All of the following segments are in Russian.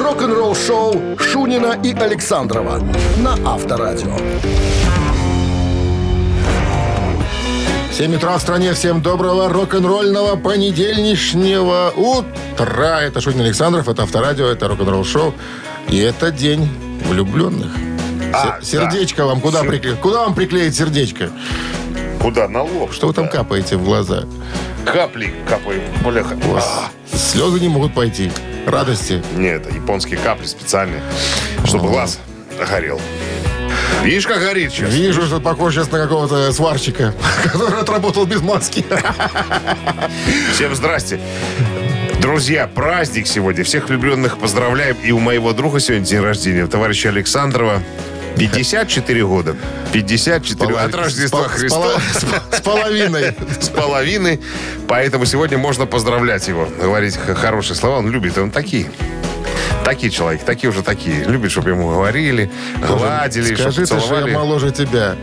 рок-н-ролл-шоу Шунина и Александрова на Авторадио. 7 утра в стране. Всем доброго рок-н-ролльного понедельничнего утра. Это Шунин Александров, это Авторадио, это рок-н-ролл шоу. И это день влюбленных. А, Се- сердечко вам куда Сер- приклеить? Куда вам приклеить сердечко? Куда? На лоб. Что вы там Да. капаете в глаза? Капли капают. Бляха. У вас А, слезы не могут пойти. Радости. не, это японские капли специальные, чтобы глаз горел. Видишь, как горит сейчас? Вижу, что похож сейчас на какого-то сварщика, который отработал без маски. Всем здрасте. Друзья, праздник сегодня. Всех влюбленных поздравляем. И у моего друга сегодня день рождения, у товарища Александрова. 54 года. 54 от Рождества С пол- Христа. с пол- С половиной. с половиной. Поэтому сегодня можно поздравлять его. Говорить х- хорошие слова. Он любит, он такие. Такие человек, такие уже такие. Любит, чтобы ему говорили, гладили, Скажи чтобы ты, что целовали. я моложе тебя.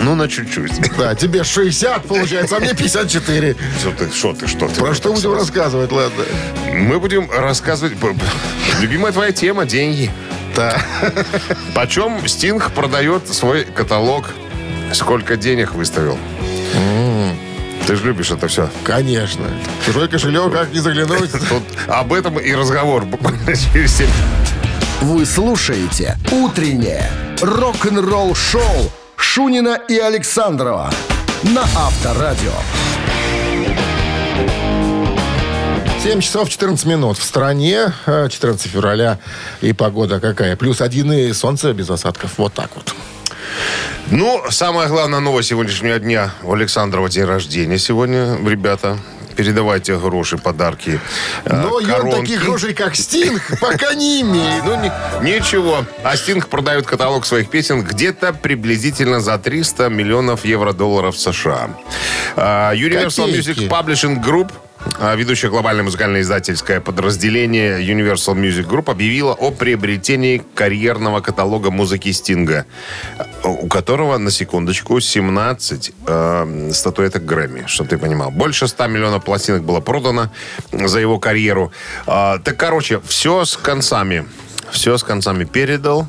Ну, на чуть-чуть. Да, тебе 60 получается, а мне 54. Что ты, что ты, что ты? Про Вот что так будем сразу. рассказывать, ладно? Мы будем рассказывать... про- Любимая твоя тема – деньги. Да. Почем Стинг продает свой каталог? Сколько денег выставил? Ты же любишь это все. Конечно. Чужой кошелек, как не заглянуть. Тут об этом и разговор буквально через семь. Вы слушаете «Утреннее рок-н-ролл-шоу» Шунина и Александрова на Авторадио. 7 часов 14 минут. В стране э, 14 февраля. И погода какая? Плюс один и солнце без осадков. Вот так вот. Ну, самая главная новость сегодняшнего дня. У Александрова день рождения сегодня, ребята. Передавайте гроши, подарки, э, Но он коронки. таких рожей, как Стинг, пока не имеет. Ну, ни- ничего. А Стинг продает каталог своих песен где-то приблизительно за 300 миллионов евро-долларов США. А, Universal Копейки. Music Publishing Group а, Ведущее глобальное музыкально-издательское подразделение Universal Music Group объявило о приобретении карьерного каталога музыки Стинга, у которого, на секундочку, 17 э, статуэток Грэмми, чтобы ты понимал. Больше 100 миллионов пластинок было продано за его карьеру. А, так, короче, все с концами. Все с концами передал.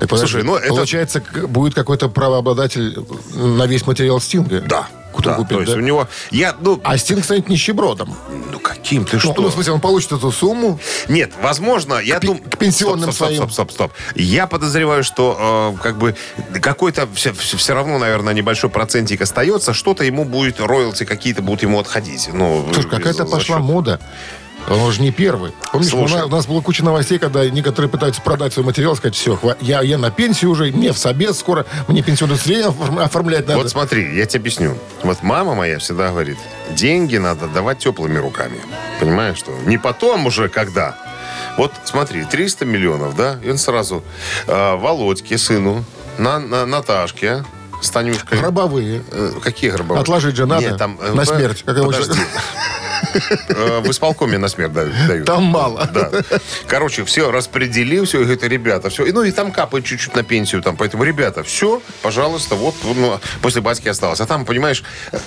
Так подожди, Слушай, ну, это- Получается, к- будет какой-то правообладатель на весь материал Стинга? Да. Куда Да, купить, то есть да? у него... Я, ну, А Стинг станет нищебродом. ну каким ты Ну, что? ну, в смысле, он получит эту сумму. Нет, возможно, я пе- думаю... к пенсионным стоп, стоп, своим. стоп, стоп, стоп. Я подозреваю, что э, как бы какой-то все, равно, наверное, небольшой процентик остается, что-то ему будет, роялти какие-то будут ему отходить. Ну, Слушай, за- какая-то за пошла счет- мода. Он же не первый. Помнишь, у Слушай. нас, у нас была куча новостей, когда некоторые пытаются продать свой материал, сказать, все, я, я на пенсию уже, мне в собес скоро, мне пенсионное удостоверение оформ- оформлять надо. Вот смотри, я тебе объясню. Вот мама моя всегда говорит, деньги надо давать теплыми руками. Понимаешь, что? Не потом уже, когда. Вот смотри, 300 миллионов, да? И он сразу э, Володьке, сыну, на, на- Наташке, с Танюшкой. Гробовые. Э, Какие гробовые? Отложить же надо Нет, там, э, на в- смерть, как его подожди. Э, В исполкоме на смерть дают. дают. Там мало. Да. Короче, все распределил, все, и говорит, ребята, все. И, ну, и там капает чуть-чуть на пенсию там. Поэтому, ребята, все, пожалуйста, вот ну, после батьки осталось. А там, понимаешь, э,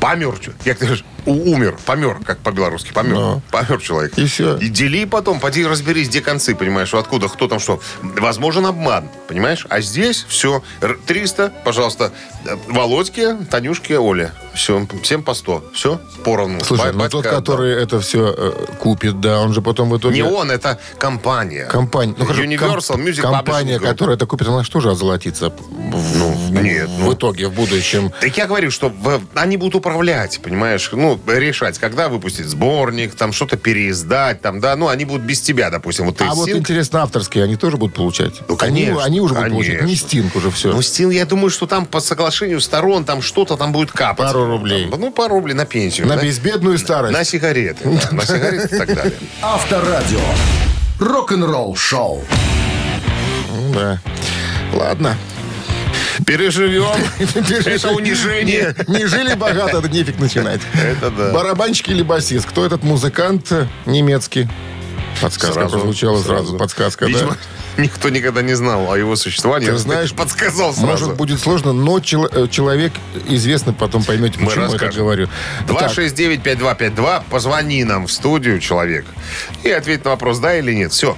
помер, чё- как ты говоришь, у- умер, помер, как по-белорусски, помер. Ну. Помер человек. И всё. И дели потом, поди разберись, где концы, понимаешь, откуда, кто там что. Возможен обман, понимаешь? А здесь все, 300, пожалуйста, э, Володьке, Танюшке, Оле. Все, всем по 100. Все, поровну. Слушай, Ба- ну тот, батька отдал. который это все купит, да, он же потом в итоге... Не он, это компания. Компания, ну, хорошо, Universal ком- Music компания, Publishing Group. которая это купит, она что же озолотится в, в- нет, в ну. итоге, в будущем? Так я говорю, что в- они будут управлять, понимаешь, ну, решать, когда выпустить сборник, там что-то переиздать, там, да, ну, они будут без тебя, допустим, вот ты А вот Стинг. интересно, авторские они тоже будут получать? Ну, Они- конечно, они, уже будут получать, не конечно. Стинг уже все. Ну, Стил, я думаю, что там по соглашению сторон там что-то там будет капать. Пару рублей. Там, ну, пару рублей на пенсию. на да? безбедную старость. На сигареты. да, На сигареты и так далее. Авторадио. Рок-н-ролл шоу. Ну да. Ладно. Переживем. Это унижение. Не, не жили богато, это нефиг начинать. Это да. Барабанщик или басист? Кто этот музыкант немецкий? Подсказка прозвучала сразу, подсказка, Видимо, да? никто никогда не знал о его существовании. Ты знаешь, подсказал сразу. Может, будет сложно, но чел- э, человек известный, потом поймете, Мы почему я так расскажем. говорю. Так, 269-5252. Позвони нам в студию, человек, и ответь на вопрос, да или нет. Все.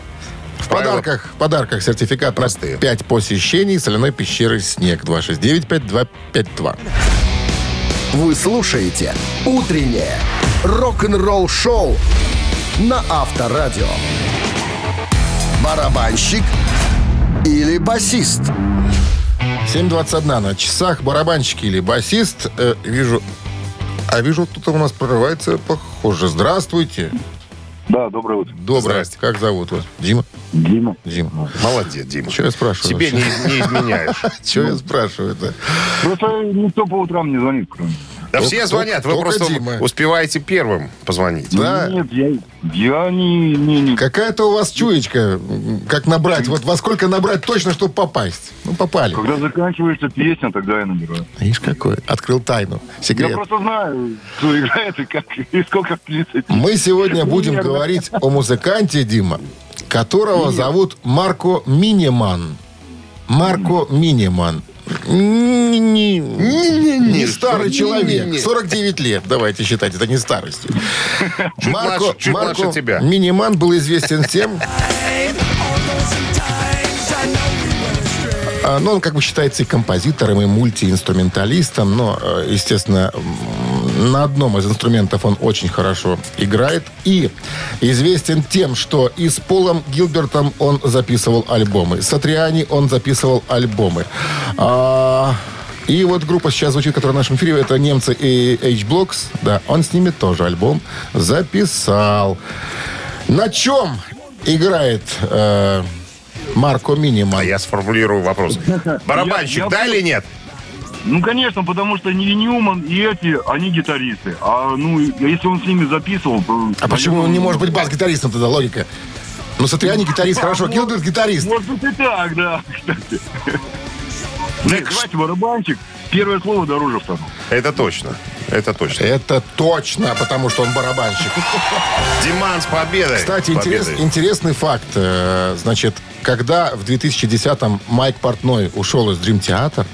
В подарках, в подарках сертификат Простые. на 5 посещений соляной пещеры «Снег» 269-5252. Вы слушаете «Утреннее рок-н-ролл-шоу» на Авторадио. Барабанщик или басист? 7.21 на часах. Барабанщик или басист. Э, вижу... А вижу, кто-то у нас прорывается. Похоже. Здравствуйте. Да, доброе утро. Доброе. Здрасте. Как зовут вас? Дима? Дима. Дима. Молодец, Дима. Чего я спрашиваю? Тебе не, не изменяешь. Чего я спрашиваю-то? Просто никто по утрам не звонит, кроме. Да все Только- звонят, вы только просто Дима. успеваете первым позвонить. Да. Нет, я, я не, не, не. Какая-то у вас чуечка, м, как набрать, вот во сколько набрать точно, чтобы попасть. Ну, попали. Когда заканчивается песня, тогда я набираю. Видишь, какой? Открыл тайну, Я секрет. просто знаю, кто играет и как, и сколько длится. Мы сегодня будем Примерно. говорить о музыканте, Дима, которого зовут Марко Миниман. Марко Миниман. Н- Не, не старый Не-не-не. человек. 49 лет. Давайте считать, это не старостью. младше- чуть младше тебя. Миниман был известен тем, А, Ну, он как бы считается и композитором, и мультиинструменталистом, но, э, естественно, м, на одном из инструментов он очень хорошо играет. И известен тем, что и с Полом Гилбертом он записывал альбомы, с Атриани он записывал альбомы. А, и вот группа сейчас звучит, которая в нашем эфире, это немцы и H-Blocks. Да, он с ними тоже альбом записал. На чем играет э, Марко Миниман? А я сформулирую вопрос. Барабанщик, Я- я да был- или нет? Ну, конечно, потому что не Ньюман и эти, они гитаристы. А, ну, если он с ними записывал... то- А почему он не может быть бас-гитаристом тогда? Логика. Ну, Сатриани гитарист, хорошо. Гилберт гитарист. Может быть и так, да, кстати. Нет, давайте барабанщик. Первое слово дороже второго. Это точно. Это точно. Это точно, потому что он барабанщик. Диман с победой. Кстати, интерес- Победой. интересный факт. Э, Значит, когда в 2010-м Майк Портной ушел из Dream Theater,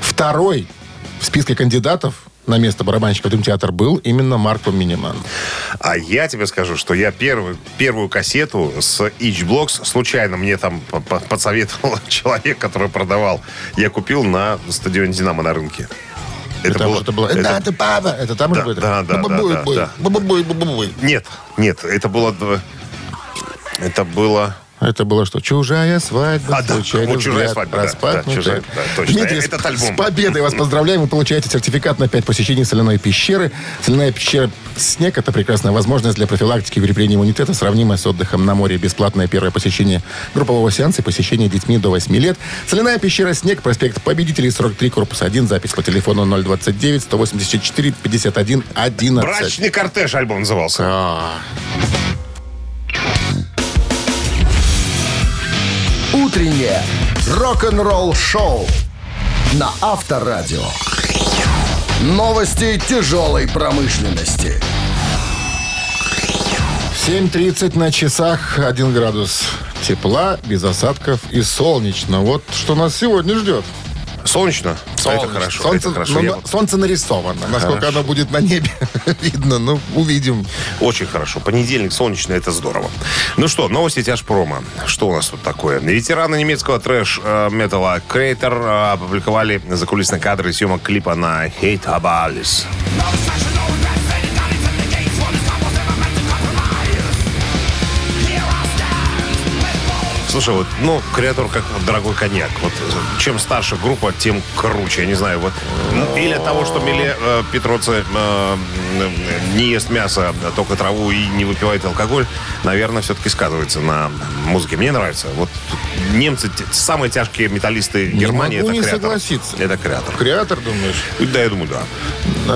второй в списке кандидатов на место барабанщика в Dream Theater был именно Марко Миниман. А я тебе скажу, что я первую, первую кассету с H-Blocks случайно мне там по- по- подсоветовал человек, который продавал. Я купил на стадионе «Динамо» на рынке. Это Там же это было... «Это ты, папа!» Это там же Да, было? да, да, Бу-бу-буй, да, буй, да. бу-бу-буй, бу-бу-буй. Нет, нет, это было... дв- Это было... Это было что? Чужая свадьба. А, да. случайный Вот «Чужая взгляд», свадьба, да, «Распахнутая». да, «Чужая», да, точно. Дмитрий, Этот с- альбом. С победой вас поздравляем. Вы получаете сертификат на 5 посещений соляной пещеры. Соляная пещера «Снег» — это прекрасная возможность для профилактики и укрепления иммунитета, сравнимая с отдыхом на море. Бесплатное первое посещение группового сеанса и посещение детьми до 8 лет. Соляная пещера «Снег», проспект Победителей, 43, корпус 1, запись по телефону 029-184-51-11. «Брачный кортеж» альбом назывался. А, «Утреннее рок-н-ролл-шоу» на Авторадио. Новости тяжелой промышленности. 7.30 на часах, 1 градус тепла, без осадков и солнечно. Вот что нас сегодня ждет. Солнечно? Солнце. Это хорошо, Солнце, это хорошо. ну, Я на- солнце нарисовано. Насколько оно будет на небе, видно. Ну, увидим. Очень хорошо. Понедельник солнечный, это здорово. Ну что, новости тяжпрома. Что у нас тут такое? Ветераны немецкого трэш-металла Крейтер э, опубликовали закулисные кадры съемок клипа на Hate Abalis. Слушай, вот, ну, креатор как вот дорогой коньяк. Вот э, чем старше группа, тем круче. Я не знаю, вот. ну, Или от того, что Миле э, Петроце э, м, не ест мясо, а только траву и не выпивает алкоголь, наверное, все-таки сказывается на музыке. Мне нравится. Вот немцы, те- самые тяжкие металлисты Германии, могу это не креатор. согласиться. Это креатор. Креатор, думаешь? Да, я думаю, да.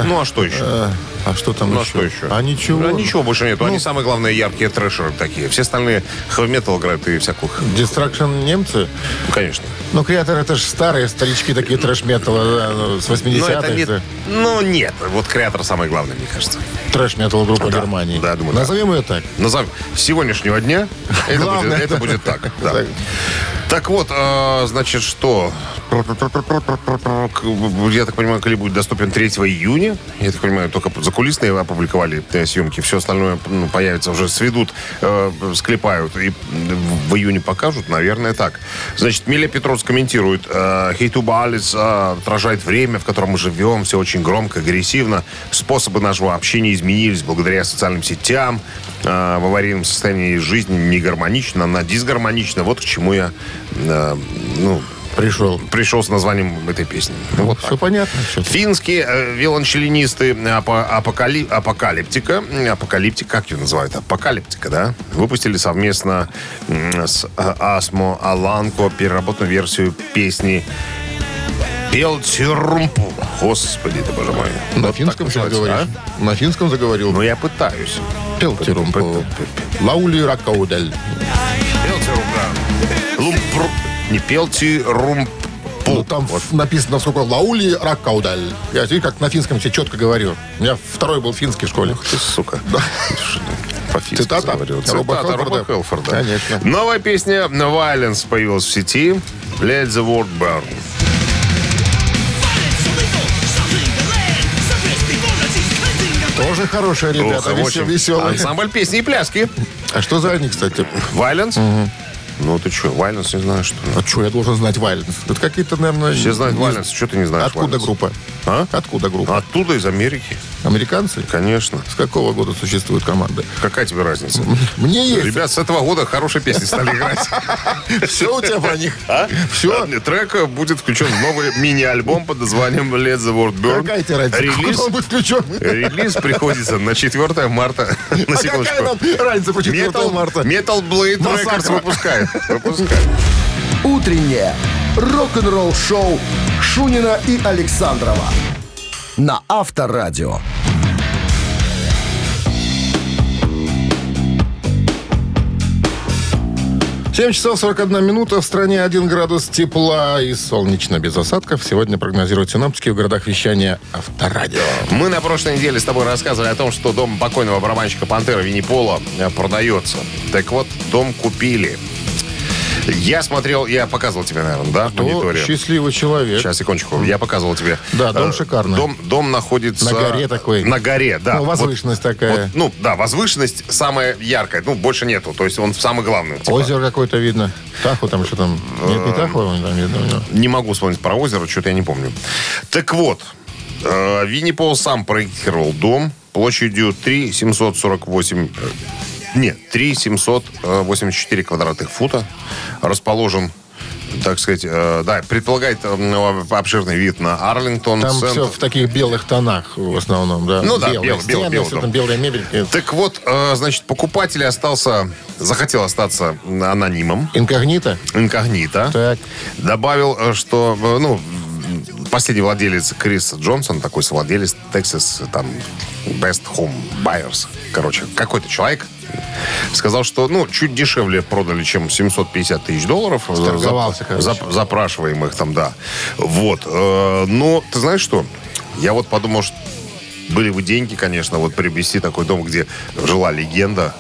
Ну, а что еще? Э, А что там Ну, а еще? что еще? А ничего. Да, ничего больше нету. Они Ну. самые главные яркие трэшеры такие. Все остальные хэви-метал играют и всякую... х- Дистракшн немцы? Ну, конечно. Ну, креатор это же старые старички такие трэш-металла да, ну, с Но это 80-х. не... да. Ну, нет. Вот креатор самый главный, мне кажется. Трэш-метал группа Да, Германии. да, думаю, да. Назовем ее так. Назовем с сегодняшнего дня. Это, Главное. будет, это будет так. да. Так. Так вот, э, значит, что? Я так понимаю, клип будет доступен 3 июня. Я так понимаю, только закулисные опубликовали э, съемки. Все остальное ну, появится уже, сведут, э, склепают и в июне покажут. Наверное, так. Значит, Миля Петров комментирует. э, Хейту Балис э, отражает время, в котором мы живем. Все очень громко, агрессивно. Способы нашего общения изменились благодаря социальным сетям. Э, в аварийном состоянии жизни не гармонично, она дисгармонична. Вот к чему я э, ну, Пришел. пришел с названием этой песни. Вот Все понятно. всё. Финские э, виолончелинисты э, апо- апокали- Апокалиптика, м, Апокалиптик, как ее называют? Апокалиптика, да? Выпустили совместно м, с э, Асмо Аланко переработанную версию песни Пелтюрмпу. Господи ты, боже мой. На Вот финском так сейчас называется, говоришь? На финском заговорил. а? Ну, я пытаюсь. Пелтирум. Пелтирум, Лаули ракаудель. да. Лумпру- Не Пелтюрмпу. Ну, там ф- написано, сколько лаули ракаудель. Я видишь, как на финском все четко говорю. У меня второй был финский в школе. Ты, сука. По-фински Цитата? заговорил. Роба Цитата Хелфорда. Роба Хелфорда. Конечно. Новая песня «Violence» появилась в сети. Let the world burn. Тоже хорошие ребята. Ох, очень. Веселые. Ансамбль песни и пляски. А что за они, кстати? «Violence»? Ну ты что, «Violence» не знаешь, что ли? А что, я должен знать Вайленс? Это какие-то, наверное... Все знают не- «Violence», что ты не знаешь Откуда «Violence»? группа? А? Откуда группа? Оттуда, из Америки. Американцы? Конечно. С какого года существуют команды? Какая тебе разница? Мне есть. Ребят, с этого года хорошие песни стали играть. Все у тебя про них. Все. Трек э, будет включен в новый мини-альбом под названием Let the World Burn. Какая тебе разница? Релиз Куда он будет включен? Релиз приходится на 4 марта. На А какая секундочку. нам разница по 4 Metal, марта? Metal Blade Массакра. Records выпускает. Выпускает. Утреннее рок-н-ролл-шоу Шунина и Александрова на Авторадио. 7 часов 41 минута. В стране 1 градус тепла и солнечно без осадков. Сегодня прогнозируют синоптики в городах вещания Авторадио. Мы на прошлой неделе с тобой рассказывали о том, что дом покойного барабанщика Пантера Винни-Пола э, продается. Так вот, дом купили. Я смотрел, я показывал тебе, наверное, да, в То мониторе. счастливый человек. Сейчас, секундочку, я показывал тебе. Да, дом Э, шикарный. Дом, дом находится... На горе такой. На горе, да. Ну, возвышенность такая. А, Вот, ну, да, возвышенность самая яркая. Ну, больше нету. То есть он самый главный. типа. Озеро какое-то видно. Таху там что там. Нет, не Э, Таху а там видно у него. Не могу вспомнить про озеро, что-то я не помню. Так вот, э, Винни Пол сам проектировал дом площадью 3748... э, Нет, 3784 квадратных фута. Расположен так сказать, э, да, предполагает э, ну, обширный вид на Арлингтон. Там центр. все в таких белых тонах в основном, да. Ну да, белые белый, белый, стены, белый всё дом. там белая мебель. э, Так вот, э, значит, покупатель остался, захотел остаться анонимом, Инкогнито. инкогнито. Так. Добавил, э, что, э, ну, последний владелец Крис Джонсон, такой совладелец Texas, там, Best Home Buyers, короче, какой-то человек, сказал, что, ну, чуть дешевле продали, чем 750 тысяч долларов. Э, за- за- Сторговался, короче. за- запрашиваемых там, да. Вот. э, Но ты знаешь что? Я вот подумал, что были бы деньги, конечно, вот приобрести такой дом, где жила легенда,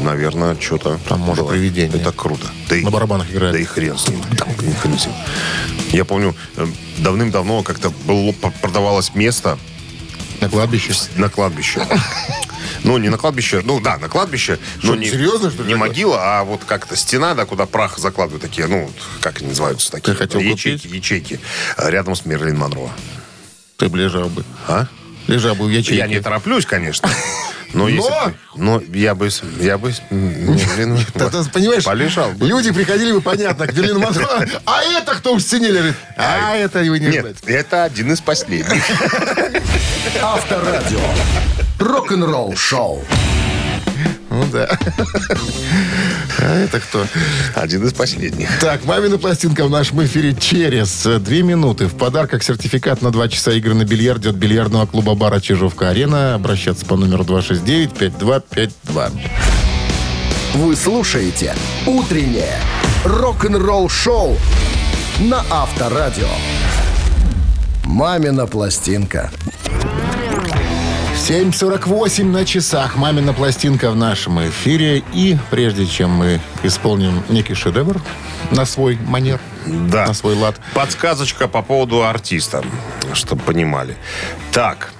наверное, что-то... Там, может, было. привидение. Это круто. Да и- На барабанах играет. Да и хрен с ним. Там и хрен с ним. Я помню, э, давным-давно как-то было, продавалось место На кладбище. на кладбище. Ну, не на кладбище, ну да, на кладбище. но Что, не, серьезно, что ли, Не такое? могила, а вот как-то стена, да, куда прах закладывают такие, ну, вот как они называются такие. Ты хотел ячейки, ячейки. А, Рядом с Мерлин Монро. Ты бы лежал бы. А? Лежал бы в ячейке. Я не тороплюсь, конечно. Но, если Но! бы- но я бы, с- я бы, с Мерлин Да, да, понимаешь, полежал бы. люди приходили бы, понятно, к Берлину Монро, а это кто в стене лежит? А это его не Нет, знать. это один из последних. Авторадио. Рок-н-ролл-шоу. Ну да. А это кто? Один из последних. Так, «Мамина пластинка» в нашем эфире через э, две минуты. В подарках сертификат на два часа игры на бильярде от бильярдного клуба бара «Чижовка-арена». Обращаться по номеру 269-5252. Вы слушаете «Утреннее рок-н-ролл-шоу» на Авторадио. «Мамина пластинка». 7.48 на часах. Мамина пластинка в нашем эфире. И прежде чем мы исполним некий шедевр на свой манер, Да. на свой лад, Подсказочка по поводу артиста, чтобы понимали. Так,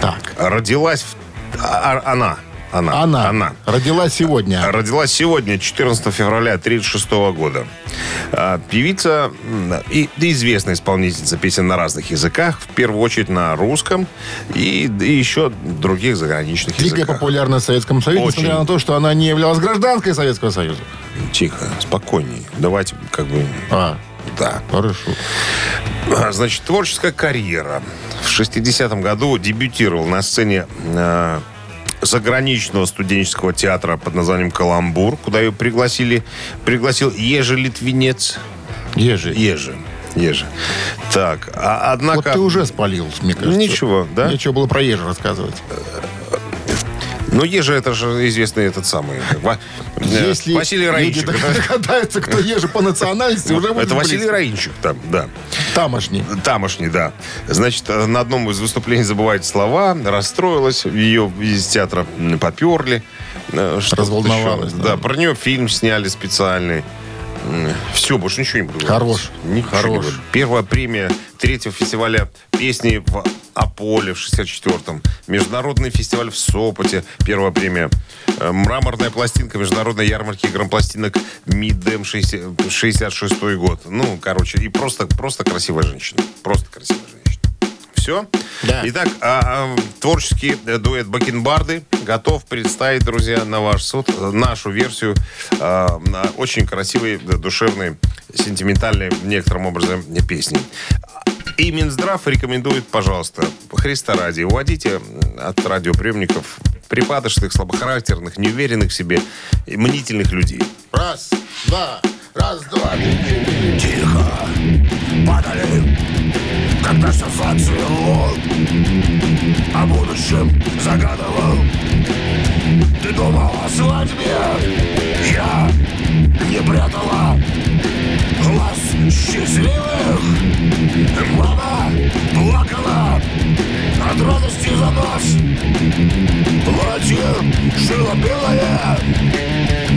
так. родилась в- а- а- она. Она. Она, Она. родилась сегодня. Родилась сегодня, 14 февраля 1936 года. А, Певица м, и да, известная исполнительница песен на разных языках, в первую очередь на русском и, и еще других заграничных Дикая языках. популярность в Советском Союзе, Очень. несмотря на то, что она не являлась гражданкой Советского Союза. Тихо, спокойней. Давайте как бы... А, Да. хорошо. Значит, творческая карьера. В 60-м году дебютировал на сцене э, заграничного студенческого театра под названием «Каламбур», куда ее пригласили, пригласил Ежи Литвинец. Ежи. Ежи. Ежи. Так, а, Вот однако... ты уже спалил, мне кажется. Ничего, да? Э, Нечего было про ежи рассказывать. Ну, Ежи, это же известный этот самый... как бы, э, Если Василий люди Раинчик. да? догадаются, кто ежи по национальности, уже будет Это Василий близко. Раинчик там, да. Тамошний. Тамошний, да. Значит, э, на одном из выступлений забывает слова, расстроилась, ее из театра м, поперли. э, что-то Разволновалась, еще. да. Да. про нее фильм сняли специальный. Все, больше ничего не буду говорить. Хорош. Ничего Хорош. не буду. Первая премия третьего фестиваля песни в Аполе в 64-м. Международный фестиваль в Сопоте. Первая премия. Э, Мраморная пластинка международной ярмарки грампластинок Мидем 60 66 год. Ну, короче, и просто, просто красивая женщина. Просто красивая женщина. Все? Да. Итак, а, а, творческий э, дуэт Бакенбарды готов представить, друзья, на ваш суд э, нашу версию а, на очень красивой, э, душевной, сентиментальной в некотором образом э, песни. И Минздрав рекомендует, пожалуйста, Христа ради, уводите м, от радиоприемников припадочных, слабохарактерных, неуверенных в себе, и мнительных людей. Раз, два, раз, два. Тихо, падали, когда все зацвело О будущем загадывал Ты думала свадьбе, я не прятала Глаз счастливых, мама плакала От радости за нас Платье шило белое,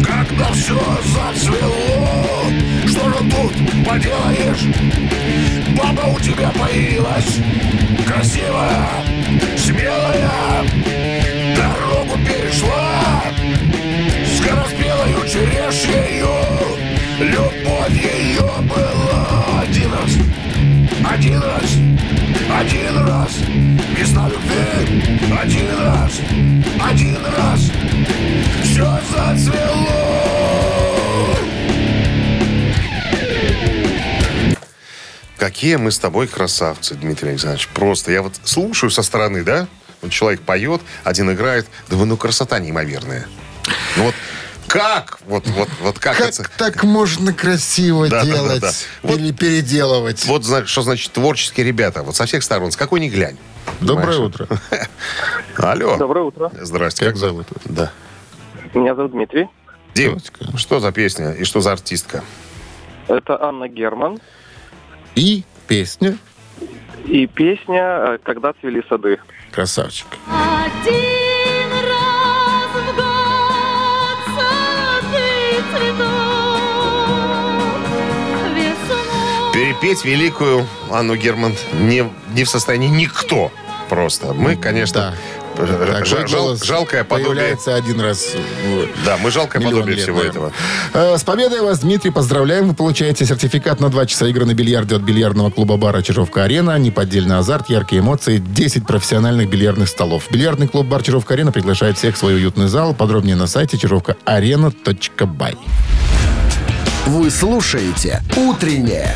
когда все зацвело, что же тут поделаешь? Баба у тебя появилась, красивая, смелая, дорогу перешла, скороспелою черешнею, любовь ее была один раз, один раз, один раз, весна любви, один раз, один раз, все зацвело. Какие мы с тобой красавцы, Дмитрий Александрович. Просто я вот слушаю со стороны, да? Вот человек поет, один играет. Думаю, ну красота неимоверная. Ну вот как? Вот, вот, вот как, Как это? так можно красиво Да, да, да, делать да. или переделывать? Вот зна- что значит творческие ребята. Вот со всех сторон, с какой ни глянь. Доброе Понимаешь? утро. Алло. Доброе утро. Здрасте. Как зовут? Да. Меня зовут Дмитрий. Дим, что за песня и что за артистка? Это Анна Герман. И песня. И песня э, «Когда цвели сады». Красавчик. Один раз в год сады цветут весной. Перепеть великую Анну Герман не, не в состоянии никто. Просто. Мы, конечно, ж- Такой жал- жал- голос жалкое подобие. Появляется один раз. в- Да, мы жалкое Миллион подобие лет, всего наверное. этого. А Э, С победой вас, Дмитрий, поздравляем. Вы получаете сертификат на 2 часа игры на бильярде от бильярдного клуба-бара «Чижовка-арена». Неподдельный азарт, яркие эмоции, 10 профессиональных бильярдных столов. Бильярдный клуб-бар «Чижовка-арена» приглашает всех в свой уютный зал. Подробнее на сайте чижовкаарена.бай. Вы слушаете «Утреннее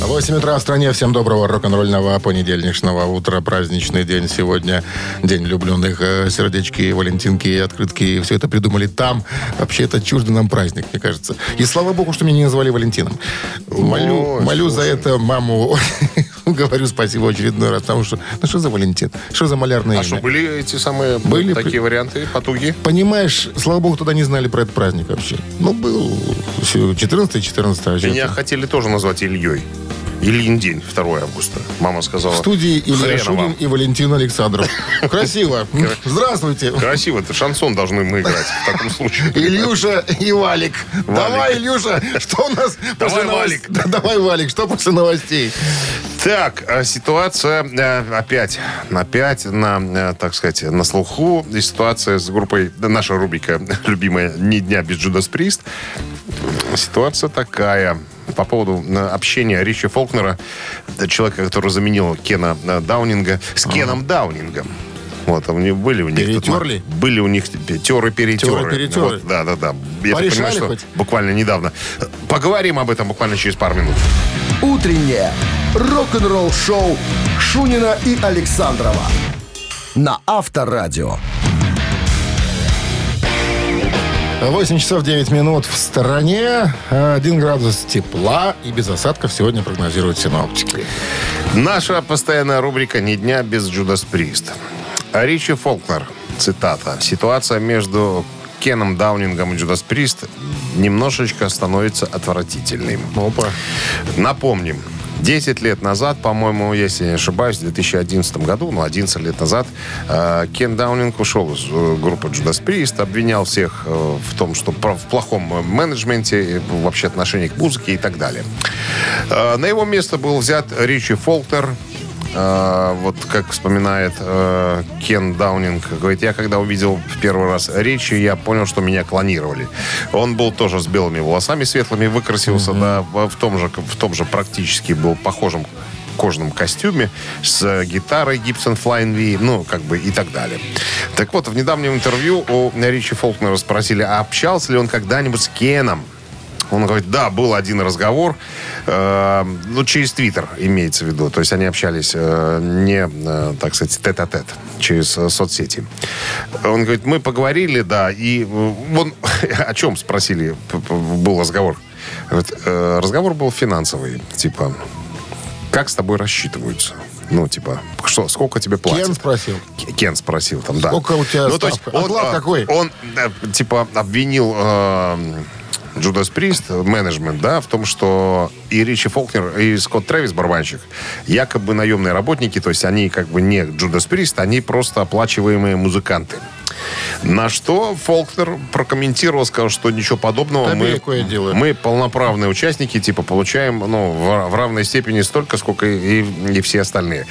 8 утра в стране. Всем доброго рок-н-ролльного понедельничного утра. Праздничный день сегодня. День влюбленных. Э, Сердечки, валентинки, открытки. Все это придумали там. Вообще это чуждый нам праздник, мне кажется. И слава богу, что меня не назвали Валентином. Молю, Ой, молю за это маму. Говорю спасибо в очередной раз. Потому что, ну что за Валентин? Что за малярное А имя? что, были эти самые Были такие при- варианты, потуги? Понимаешь, слава богу, тогда не знали про этот праздник вообще. Ну, был 14 14 а чё Меня это? хотели тоже назвать Ильей. Ильин день, 2 августа. Мама сказала. В студии Илья «Хрен Шунин вам». и Валентин Александров. Красиво. Здравствуйте. Красиво, это шансон должны мы играть в таком случае. Ильюша и Валик. Давай, Илюша, что у нас после новостей? Валик. Да, давай, Валик, что после новостей? Так, э, ситуация э, опять, опять на, э, так сказать, на слуху. И ситуация с группой, да, наша рубрика любимая «Ни дня без Джудас Прист». Ситуация такая. По поводу э, общения Ричи Фолкнера, э, человека, который заменил Кена э, Даунинга, с Кеном Даунингом. Вот, а у них были у них... тут, Перетерли? ну, были у них теры-перетеры. Теры-перетеры. Вот, да, да, да. Я так Порешали понимаю, что хоть? буквально недавно. Поговорим об этом буквально через пару минут. Утреннее рок-н-ролл-шоу Шунина и Александрова на Авторадио. 8 часов 9 минут в стороне. 1 градус тепла и без осадков сегодня прогнозируют синоптики. Наша постоянная рубрика «Ни дня без Джудас Прист». Ричи Фолкнер, цитата. «Ситуация между Кеном Даунингом и Джудас Прист немножечко становится отвратительной». Опа. Напомним, 10 лет назад, по-моему, если не ошибаюсь, в 2011 году, ну, 11 лет назад, э, Кен Даунинг ушел из э, группы Judas Priest, обвинял всех э, в том, что про- в плохом э, менеджменте, э, вообще отношении к музыке и так далее. Э, На его место был взят Ричи Фолтер, Э, вот как вспоминает э, Кен Даунинг, говорит, я когда увидел в первый раз речи, я понял, что меня клонировали. Он был тоже с белыми волосами светлыми, выкрасился, да, в в том же, в том же практически был похожим кожаном костюме с э, гитарой Gibson Flying V, ну, как бы и так далее. Так вот, в недавнем интервью у Ричи Фолкнера спросили, а общался ли он когда-нибудь с Кеном? Он говорит, да, был один разговор, э, ну, через Твиттер имеется в виду. То есть они общались э, не, э, так сказать, тет-а-тет, через э, соцсети. Он говорит, мы поговорили, да, и э, он, о чем спросили, п- п- был разговор. Говорит, «Э, разговор был финансовый, типа, как с тобой рассчитываются? Ну, типа, что, сколько тебе платят? Кен спросил. К- Кен спросил там, да. Сколько у тебя ну, то есть ставка? он, Оклад а, какой? Он, э, типа, обвинил эм, Джудас Прист, э, менеджмент, да, в том, что и Ричи Фолкнер, и Скотт Трэвис, барабанщик, якобы наемные работники, то есть они как бы не Джудас Прист, они просто оплачиваемые музыканты. На что Фолкнер прокомментировал, сказал, что ничего подобного. Да Мы, великое дело. мы полноправные участники, типа, получаем ну, в, в равной степени столько, сколько и, и все остальные.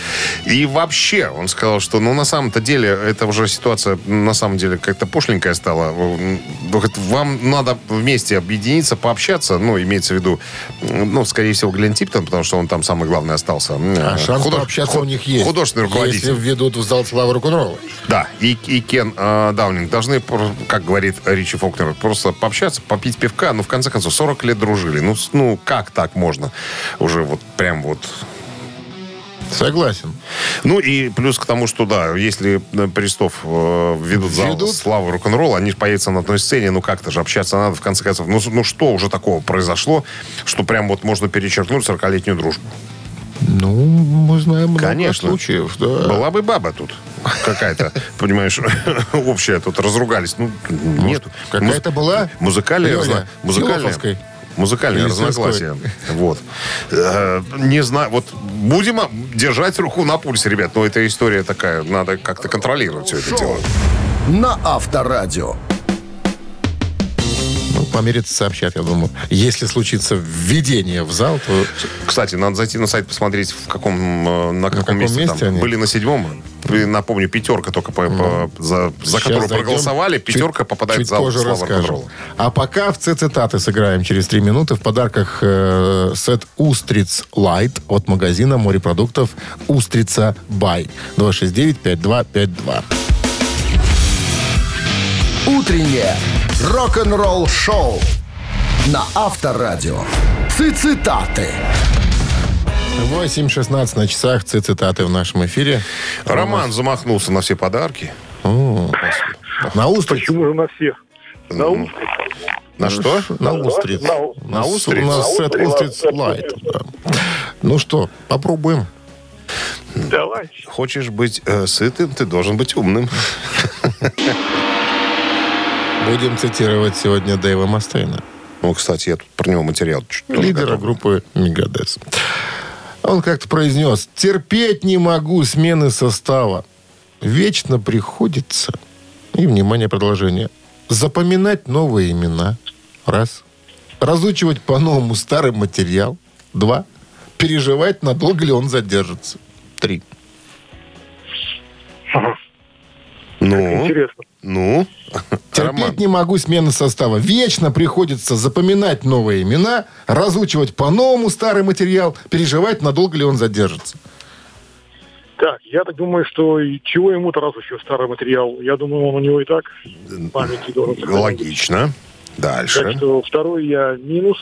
И вообще, он сказал, что ну, на самом-то деле, это уже ситуация, на самом деле, как-то пошленькая стала. М, говорит, Вам надо вместе объединиться, пообщаться, ну, имеется в виду, м, ну, скорее всего, Глен Типтон, потому что он там самый главный остался. М, А шанс Э, худож- пообщаться ху- у них есть. Художественный руководитель. Если введут в зал славы рок-н-ролла. Да, и, и Кен э, Даунинг должны, пр- как говорит Ричи Фолкнер, просто пообщаться, попить пивка. Ну, в конце концов, 40 лет дружили. Ну, с- ну как так можно? Уже вот прям вот... Согласен. Ну, и плюс к тому, что, да, если э, Престов э, введут зал Введут. славы рок-н-ролла, они же появятся на одной сцене, ну, как-то же общаться надо, в конце концов. Ну, с- ну что уже такого произошло, что прям вот можно перечеркнуть 40-летнюю дружбу? Ну, мы знаем много Конечно. случаев. Да. Была бы баба тут какая-то, понимаешь, общая. Тут разругались. Ну, нет. какая-то была? Музыкальные, Лёля, разно- музыкальные, Филатовской? музыкальные Или разногласия. Вот. Э, Не знаю. Вот будем а, держать руку на пульсе, ребят. Но эта история такая. Надо как-то контролировать все это дело. На Авторадио. Ну, по мере сообщат, я думаю. Если случится введение в зал, то Кстати, надо зайти на сайт посмотреть, в каком, э, на каком, каком месте, месте там. они? Ну. Были на седьмом. При- Напомню, пятерка только по- по- за, за Сейчас которую зайдем. проголосовали, пятерка Чуть- попадает чуть в зал позже славы расскажем. рок-н-ролла. А пока в цитаты сыграем через три минуты. В подарках э, сет «Устриц Лайт» от магазина морепродуктов «Устрица Бай». 269-5252. Утреннее рок-н-ролл-шоу на Авторадио. Цитаты. 8.16 на часах цитаты в нашем эфире. Роман замахнулся на все подарки. О, на устриц. Почему же на всех? На М, устриц. На что? На устриц. На у- На на устриц. устриц? У нас На сет устриц. устриц лайт. да. Ну что, попробуем. Давай. Хочешь быть э, сытым, ты должен быть умным. Будем цитировать сегодня Дэйва Мастейна, Ну, кстати, я тут про него материал чуть тоже лидера готов. группы Мегадес. Он как-то произнес, терпеть не могу смены состава. Вечно приходится, и, внимание, продолжение, запоминать новые имена, раз, разучивать по-новому старый материал, два, переживать, надолго ли он задержится, три. Ну, Интересно. ну, Терпеть Роман, не могу смены состава. Вечно приходится запоминать новые имена, разучивать по-новому старый материал, переживать, надолго ли он задержится. Так, я так думаю, что и чего ему-то раз еще старый материал. Я думаю, он у него и так в памяти должен сохраниться. логично. Так Дальше. что второй я минус.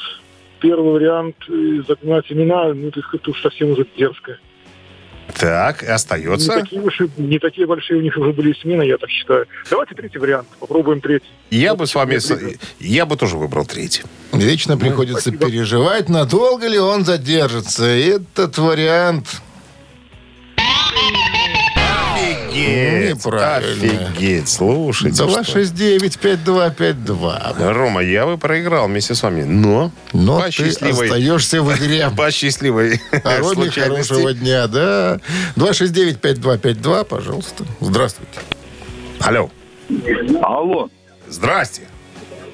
Первый вариант э, запоминать имена, ну, это как-то уж совсем уже дерзко. Так, и Не остается. такие, уж, и- не такие большие у них уже были смены, я так считаю. Давайте третий вариант. Попробуем третий. Я бы с вами... с- ближе. Я бы тоже выбрал третий. Ну, Вечно приходится спасибо. переживать, надолго ли он задержится. Этот вариант Офигеть! Неправильно. Офигеть, слушайте. что. 269-5252. Рома, я бы проиграл вместе с вами, но... Но по ты счастливой... остаешься в игре. По счастливой А Роме случайности. хорошего дня, да. 269-5252, пожалуйста. Здравствуйте. Алло, Алло. здрасте.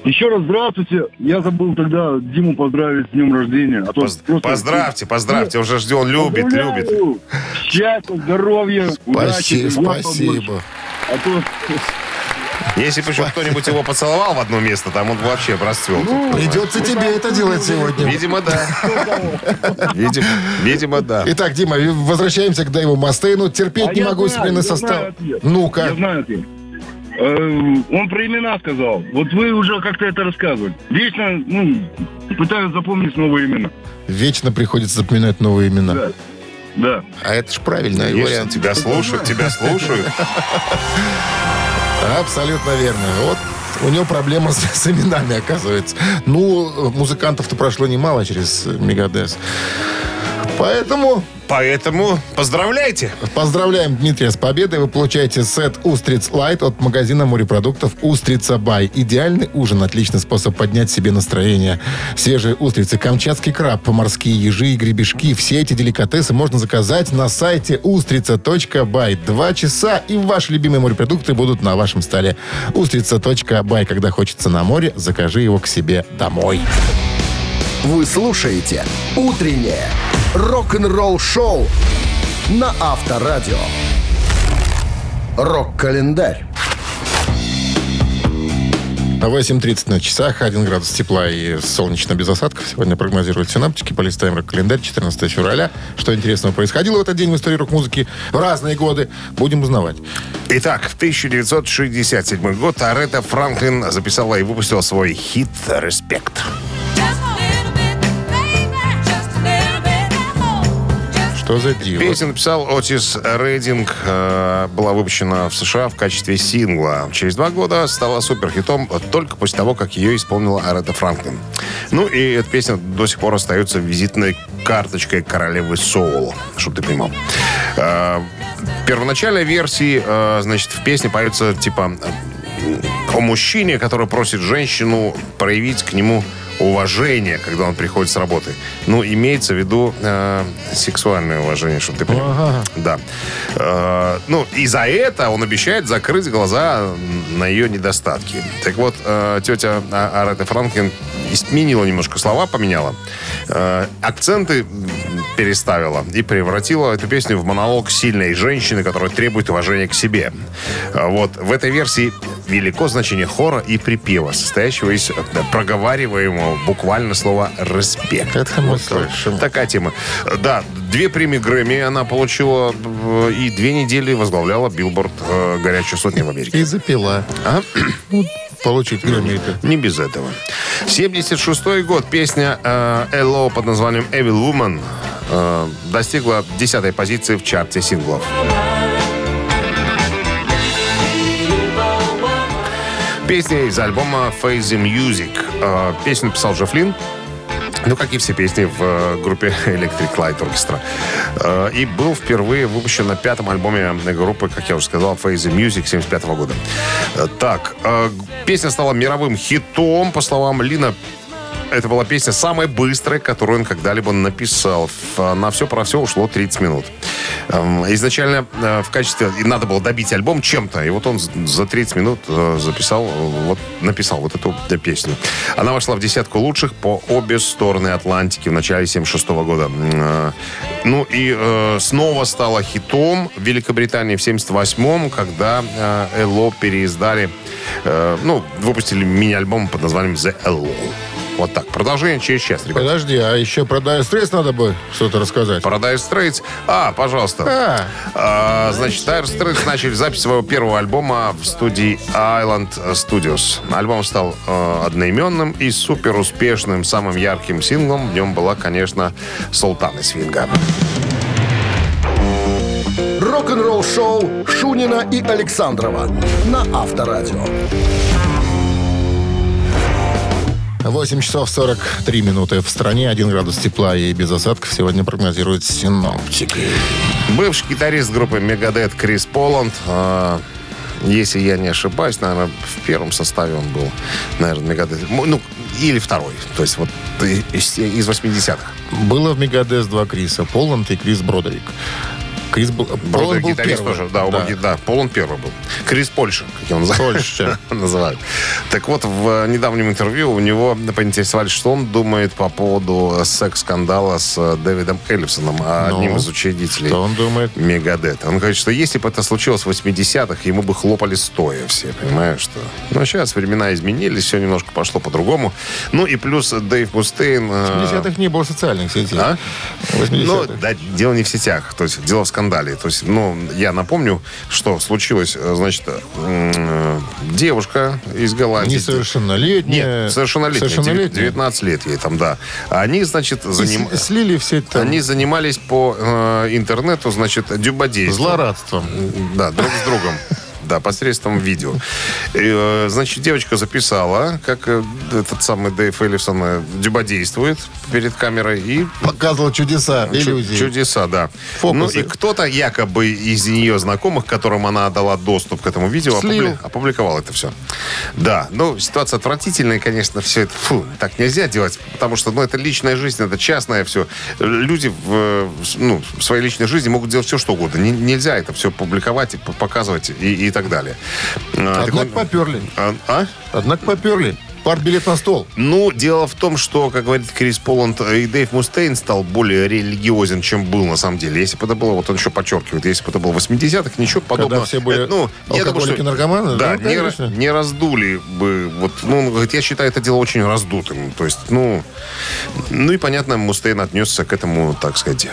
Еще раз здравствуйте. Я забыл тогда Диму поздравить с днем рождения. Ну, А то Поз- просто- Поздравьте, поздравьте, уже ждем, любит, Поздравляю! любит. Счастья, здоровья, Спасибо, удачи. вам побольше. спасибо. А то, Если бы еще кто-нибудь его поцеловал в одно место, там он бы вообще расцвел. Ну, Придется тебе это делать сегодня. Видимо, да. Видимо, видимо, да. Итак, Дима, э, возвращаемся к Дэйву Мастейну. Терпеть А не я могу знаю, смены я состава. знаю ответ. я Ну-ка. знаю это. Э, Он про имена сказал. Вот вы уже как-то это рассказывали. Вечно, ну, пытаюсь запомнить новые имена. Вечно приходится запоминать новые имена. Да. Да. А это же правильный Конечно, вариант. тебя слушают, тебя слушают. Абсолютно верно. Вот у него проблема с, с именами, оказывается. Ну, музыкантов-то прошло немало через э, Мегадес. Поэтому Поэтому поздравляйте. поздравляем Дмитрия с победой. Вы получаете сет «Устриц Лайт» от магазина морепродуктов «Устрица Бай». Идеальный ужин, отличный способ поднять себе настроение. Свежие устрицы, камчатский краб, морские ежи и гребешки. Все эти деликатесы можно заказать на сайте устрица.бай. Два часа, и ваши любимые морепродукты будут на вашем столе. Устрица.бай. Когда хочется на море, закажи его к себе домой. Вы слушаете «Утреннее рок-н-ролл-шоу» на Авторадио. Рок-календарь. 8.30 на часах, 1 градус тепла и солнечно без осадков. Сегодня прогнозируют синаптики. Полистаем рок-календарь 14 февраля. Что интересного происходило в этот день в истории рок-музыки в разные годы, будем узнавать. Итак, в 1967 год Арета Франклин записала и выпустила свой хит «Респект». Что за диво? Песню написал Отис Рейдинг. э, Была выпущена в США в качестве сингла. Через два года стала суперхитом э, только после того, как ее исполнила Арета Франклин. Ну и эта песня до сих пор остается визитной карточкой королевы Соул, чтобы ты понимал. Э, В первоначальной версии, э, значит, в песне поется типа э, о мужчине, который просит женщину проявить к нему уважение, когда он приходит с работы. Ну, имеется в виду э, сексуальное уважение, чтобы ты понимал. Да. Э, ну, и за это он обещает закрыть глаза на ее недостатки. Так вот, э, тетя А- Арета Франклин изменила немножко слова, поменяла. Э, акценты переставила и превратила эту песню в монолог сильной женщины, которая требует уважения к себе. Э, Вот. В этой версии велико значение хора и припева, состоящего из э, проговариваемого буквально слова «респект». Это мы Вот слышим. Такая тема. Э, Да, две премии Грэмми она получила э, и две недели возглавляла билборд э, «Горячую сотню» в Америке. И запила. А? Ну, Получить громилка. Не без этого. 76 год. Песня э, Элло под названием «Evil Woman» э, достигла 10 позиции в чарте синглов. Песня из альбома Phase Music. Э, Песню написал Джо Флинн. Ну, как и все песни в э, группе Electric Light Orchestra. Э, И был впервые выпущен на пятом альбоме группы, как я уже сказал, Phase Music 75 года. Э, Так, э, г- песня стала мировым хитом, по словам Лина это была песня самая быстрая, которую он когда-либо написал. Ф- На все про все ушло 30 минут. Эм, Изначально э, в качестве... И надо было добить альбом чем-то. И вот он з- за 30 минут э, записал, э, вот, написал вот эту э, песню. Она вошла в десятку лучших по обе стороны Атлантики в начале 76 года. М, э, Ну и э, снова стала хитом в Великобритании в 78-м, когда э, Элло переиздали... э, Ну, выпустили мини-альбом под названием The Hello. Вот так. Продолжение через час, ребята. Подожди, а еще про Dire Straits надо бы что-то рассказать. Paradise Straits. А, пожалуйста. А, А, значит, Dire Straits начали запись своего первого альбома в студии Island Studios. Альбом стал э, одноименным и супер успешным. Самым ярким синглом в нем была, конечно, Султан из Свинга. Рок-н-ролл-шоу Шунина и Александрова на Авторадио. 8 часов 43 минуты в стране, 1 градус тепла и без осадков сегодня прогнозируют синоптики. Бывший гитарист группы Megadeth Крис Поланд, э, если я не ошибаюсь, наверное, в первом составе он был, наверное, Megadeth. М- Ну, или второй. То есть вот и- из из 80-х. Было в Мегадес два Криса, Полланд и Крис Бродерик. Крис был, Бродер Полланд был гитарист первым. тоже, да, оба ги- да, Полон первый был. Крис Польша, как его называют. Польша. называют. Так вот, в э, недавнем интервью у него поинтересовались, что он думает по поводу э, секс-скандала с э, Дэвидом Эллифсоном, а, Ну, одним из учредителей. Что он думает? Мегадет. Он говорит, что если бы это случилось в 80-х, ему бы хлопали стоя все, понимаешь, что... Ну, сейчас времена изменились, все немножко пошло по-другому. Ну, и плюс Дэйв Мустейн... э, В 80-х не было социальных сетей. а? В 80-х. Ну, да, дело не в сетях, то есть дело в скандале. То есть, ну, я напомню, что случилось, э, значит, э, м, девушка из Голландии. Несовершеннолетняя. Ну, Нет, совершеннолетняя. Совершеннолетняя. 19 лет ей там, да. Они, значит, И заним- с- слили все там они занимались по э, интернету, значит, дюбодейством. злорадством. Да, друг с другом. Да, посредством видео. И, э, Значит, девочка записала, как э, этот самый Дэйв Эллифсон э, дюбодействует перед камерой и Показывал чудеса, Чу- иллюзии. Чудеса, да. Фокусы. Ну и кто-то якобы из ее знакомых, которым она отдала доступ к этому видео, Слил. опубли- опубликовал это все. Да, ну ситуация отвратительная, конечно, все это, фу, так нельзя делать, потому что, ну это личная жизнь, это частное все. Люди в, э, в с- ну, в своей личной жизни могут делать все, что угодно. Не- нельзя это все публиковать, и п- показывать и, и так далее. А, так Однако он- поперли. а, а? Однако поперли. Пар билет на стол. Ну, дело в том, что, как говорит Крис Поланд, э, и Дэйв Мустейн стал более религиозен, чем был на самом деле. Если бы это было, вот он еще подчеркивает, если бы это было в 80-х, ничего подобного. все были Э, я думаю, алкоголики, наркоманы, Да, ну, не, ра- конечно. не раздули бы. Вот, ну, он говорит, я считаю это дело очень раздутым. То есть, ну, ну и, понятно, Мустейн отнесся к этому, так сказать,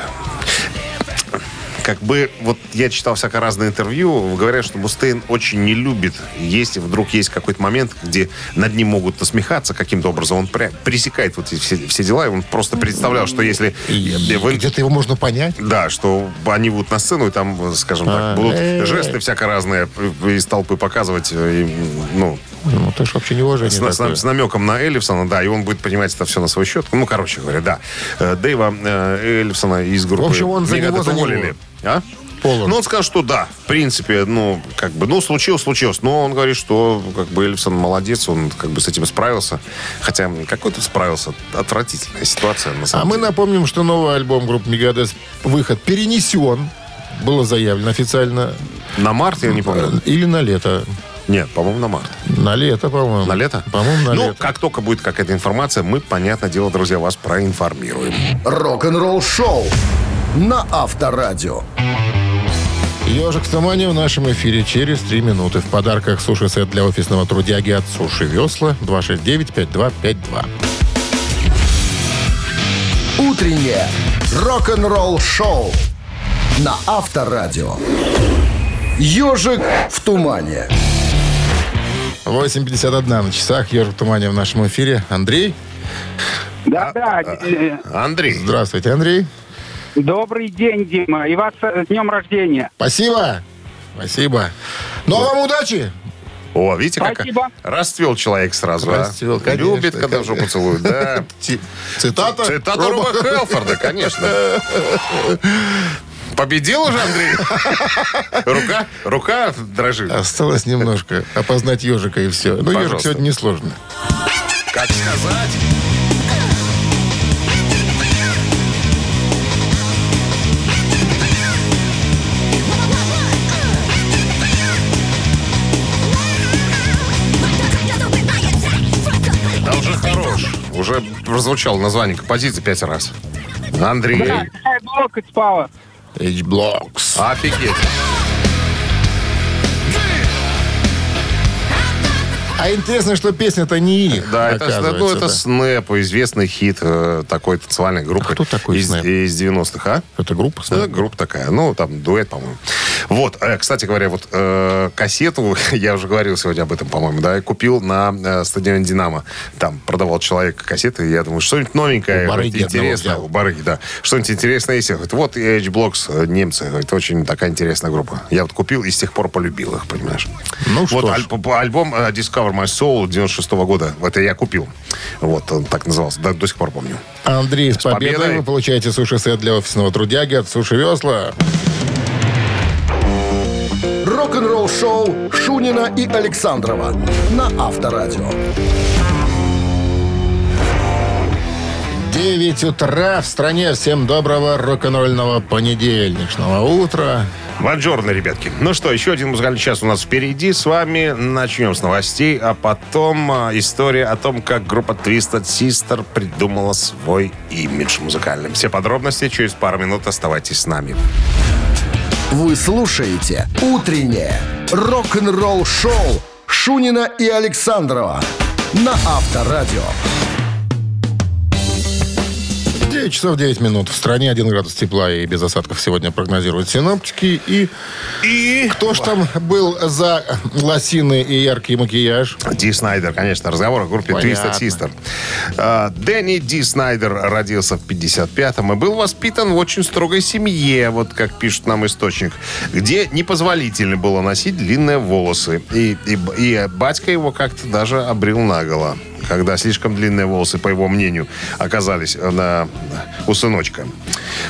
как бы, вот я читал всякое разное интервью, говорят, что Мустейн очень не любит, если вдруг есть какой-то момент, где над ним могут насмехаться каким-то образом, он пря- пресекает вот эти все, все дела, и он просто представлял, что если... в ин- Где-то его можно понять. Да, что они будут на сцену, и там, скажем так, А, будут э. жесты всяко разные из толпы показывать, э, и, ну, Ну, ты ж вообще с, неуважение на- с на- такое. с намеком на Эллифсона, да, и он будет принимать это все на свой счет. Ну, короче говоря, да. Э, Дэйва э, Эллифсона из группы... В общем, он за Megadeth него, за него. уволили. А? Полон. Ну, он сказал, что да, в принципе, ну, как бы, ну, случилось, случилось. Но он говорит, что, как бы, Эллифсон молодец, он, как бы, с этим справился. Хотя, какой тут справился, отвратительная ситуация, на А самом мы деле. напомним, что новый альбом группы Мегадес «Выход» перенесен. Было заявлено официально. На март, я не помню. Или на лето. Нет, по-моему, на март. На лето, по-моему. На лето? По-моему, на ну, лето. как только будет какая-то информация, мы, понятное дело, друзья, вас проинформируем. Рок-н-ролл-шоу на Авторадио. Ежик в тумане в нашем эфире через 3 минуты. В подарках суши-сет для офисного трудяги от Суши Весла 269-5252. Утреннее рок-н-ролл-шоу на Авторадио. Ежик в тумане. 8.51 на часах. Ежик в тумане в нашем эфире. Андрей. Андрей, Здравствуйте, Андрей. э, Добрый день, Дима. И вас э, с днем рождения. Спасибо. Спасибо. Ну, а вам удачи. О, видите, как Спасибо. расцвел человек сразу, а? Расцвел, конечно, Любит, когда в конечно. жопу целуют, да. Ти- Цитата? Цитата Роба Хелфорда, конечно. Победил уже, Андрей? Рука, рука дрожит. Осталось немножко опознать ежика и все. Ну, ежик Пожалуйста. сегодня несложно. Как сказать? Да уже хорош. Уже прозвучало название композиции пять раз. Андрей. Да, какая блока спала. H-Blocks. Офигеть. А интересно, что песня-то не их. Да, это, ну, это Снэп, известный хит э, такой танцевальной группы. А кто такой из, Снэп? Из 90-х, а? Это группа, Да, Снэп? группа такая. Ну, там дуэт, по-моему. Вот, э, кстати говоря, вот э, кассету, я уже говорил сегодня об этом, по-моему, да, я купил на э, стадионе «Динамо». Там продавал человек кассеты, и я думаю, что-нибудь новенькое, У барыги говорит, интересное. одного взял. У барыги, да. Что-нибудь интересное есть. Говорит, вот Edge Blocks, э, немцы, это очень такая интересная группа. Я вот купил и с тех пор полюбил их, понимаешь. Ну, вот что ж. альб- альбом э, Discover My Soul 96 года. Это я купил. Вот, он так назывался. Да, до сих пор помню. Андрей, с победой. победой. Вы получаете суши-сет для офисного трудяги от Суши Весла. Рок-н-ролл-шоу Шунина и Александрова на Авторадио. 9 утра в стране. Всем доброго рок-н-ролльного понедельничного утра. Бонжорно, ребятки. Ну что, еще один музыкальный час у нас впереди. С вами начнем с новостей, а потом а, история о том, как группа Twisted Sister придумала свой имидж музыкальным. Все подробности через пару минут. Оставайтесь с нами. Вы слушаете «Утреннее рок-н-ролл-шоу» Шунина и Александрова на Авторадио. 9 часов 9 минут. В стране 1 градус тепла и без осадков сегодня прогнозируют синоптики. И И... кто ж там был за лосины и яркий макияж? Ди Снайдер, конечно, разговор о группе Понятно. Twisted Sister. А, Дэнни Ди Снайдер родился в 55-м и был воспитан в очень строгой семье, вот как пишет нам источник, где непозволительно было носить длинные волосы. И, и б- и батька его как-то даже обрел наголо, когда слишком длинные волосы, по его мнению, оказались э, на, у сыночка.